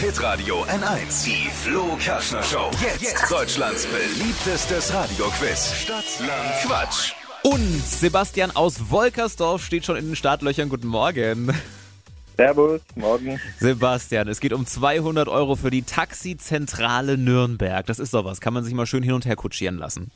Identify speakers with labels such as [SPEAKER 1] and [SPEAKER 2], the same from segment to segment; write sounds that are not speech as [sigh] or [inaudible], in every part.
[SPEAKER 1] Hitradio N1. Die Flo Kaschner Show. Jetzt. Deutschlands beliebtestes Radioquiz. Stadt, Land, Quatsch.
[SPEAKER 2] Und Sebastian aus Wolkersdorf steht schon in den Startlöchern. Guten Morgen.
[SPEAKER 3] Servus, morgen.
[SPEAKER 2] Sebastian, es geht um 200 Euro für die Taxizentrale Nürnberg. Das ist doch was. Kann man sich mal schön hin und her kutschieren lassen.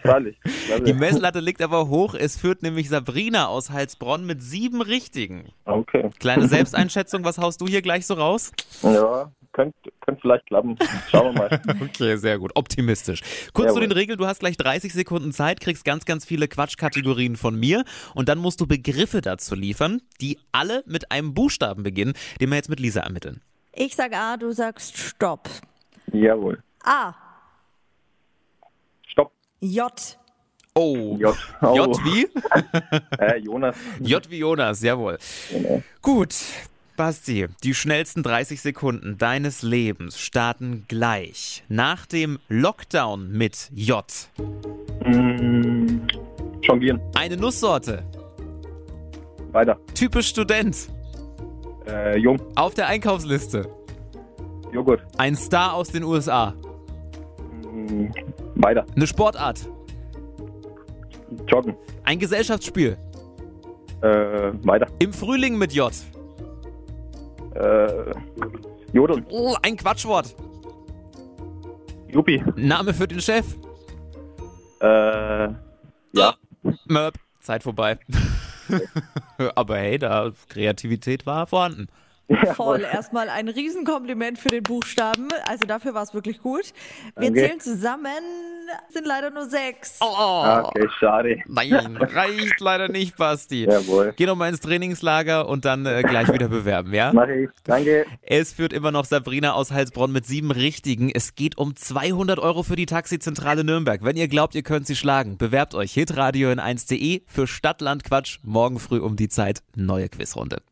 [SPEAKER 3] Freilich.
[SPEAKER 2] [laughs] Die Messlatte liegt aber hoch. Es führt nämlich Sabrina aus Heilsbronn mit sieben Richtigen.
[SPEAKER 3] Ah, Okay.
[SPEAKER 2] Kleine Selbsteinschätzung. Was haust du hier gleich so raus?
[SPEAKER 3] Ja, könnte könnt vielleicht klappen. Schauen wir mal.
[SPEAKER 2] [laughs] Okay, sehr gut. Optimistisch. Kurz zu
[SPEAKER 3] Jawohl.
[SPEAKER 2] den Regeln. Du hast gleich 30 Sekunden Zeit, kriegst ganz, ganz viele Quatschkategorien von mir und dann musst du Begriffe dazu liefern, die alle mit einem Buchstaben beginnen, den wir jetzt mit Lisa ermitteln.
[SPEAKER 4] Ich sage A, du sagst Stopp.
[SPEAKER 3] Jawohl.
[SPEAKER 4] A,
[SPEAKER 3] Stopp.
[SPEAKER 4] J,
[SPEAKER 2] Oh.
[SPEAKER 3] J.
[SPEAKER 2] J wie?
[SPEAKER 3] Äh, Jonas.
[SPEAKER 2] J wie Jonas, jawohl. Genau. Gut. Basti, die schnellsten 30 Sekunden deines Lebens starten gleich nach dem Lockdown mit J.
[SPEAKER 3] Mm, jonglieren.
[SPEAKER 2] Eine Nusssorte,
[SPEAKER 3] Weiter.
[SPEAKER 2] typisch Student,
[SPEAKER 3] Äh, Jung.
[SPEAKER 2] auf der Einkaufsliste,
[SPEAKER 3] Joghurt.
[SPEAKER 2] ein Star aus den USA,
[SPEAKER 3] Mm, weiter.
[SPEAKER 2] eine Sportart,
[SPEAKER 3] Joggen.
[SPEAKER 2] ein Gesellschaftsspiel,
[SPEAKER 3] Äh, weiter.
[SPEAKER 2] im Frühling mit J.
[SPEAKER 3] Äh, Jodeln.
[SPEAKER 2] Oh, ein Quatschwort,
[SPEAKER 3] Juppie.
[SPEAKER 2] Name für den Chef.
[SPEAKER 3] Äh, ja.
[SPEAKER 2] Möp, Zeit vorbei. [laughs] Aber hey, da Kreativität war vorhanden.
[SPEAKER 4] voll. Erstmal ein Riesenkompliment für den Buchstaben. Also dafür war es wirklich gut. Wir
[SPEAKER 3] Danke.
[SPEAKER 4] zählen zusammen, sind leider nur sechs.
[SPEAKER 2] Oh,
[SPEAKER 3] Okay, schade. [laughs]
[SPEAKER 2] nein, reicht leider nicht, Basti.
[SPEAKER 3] Jawohl.
[SPEAKER 2] Geh nochmal ins Trainingslager und dann äh, gleich wieder bewerben, ja?
[SPEAKER 3] Mach ich. Danke.
[SPEAKER 2] Es führt immer noch Sabrina aus Heilsbronn mit sieben Richtigen. Es geht um 200 Euro für die Taxizentrale Nürnberg. Wenn ihr glaubt, ihr könnt sie schlagen, bewerbt euch hitradio in 1.de für Stadtlandquatsch. Morgen früh um die Zeit neue Quizrunde.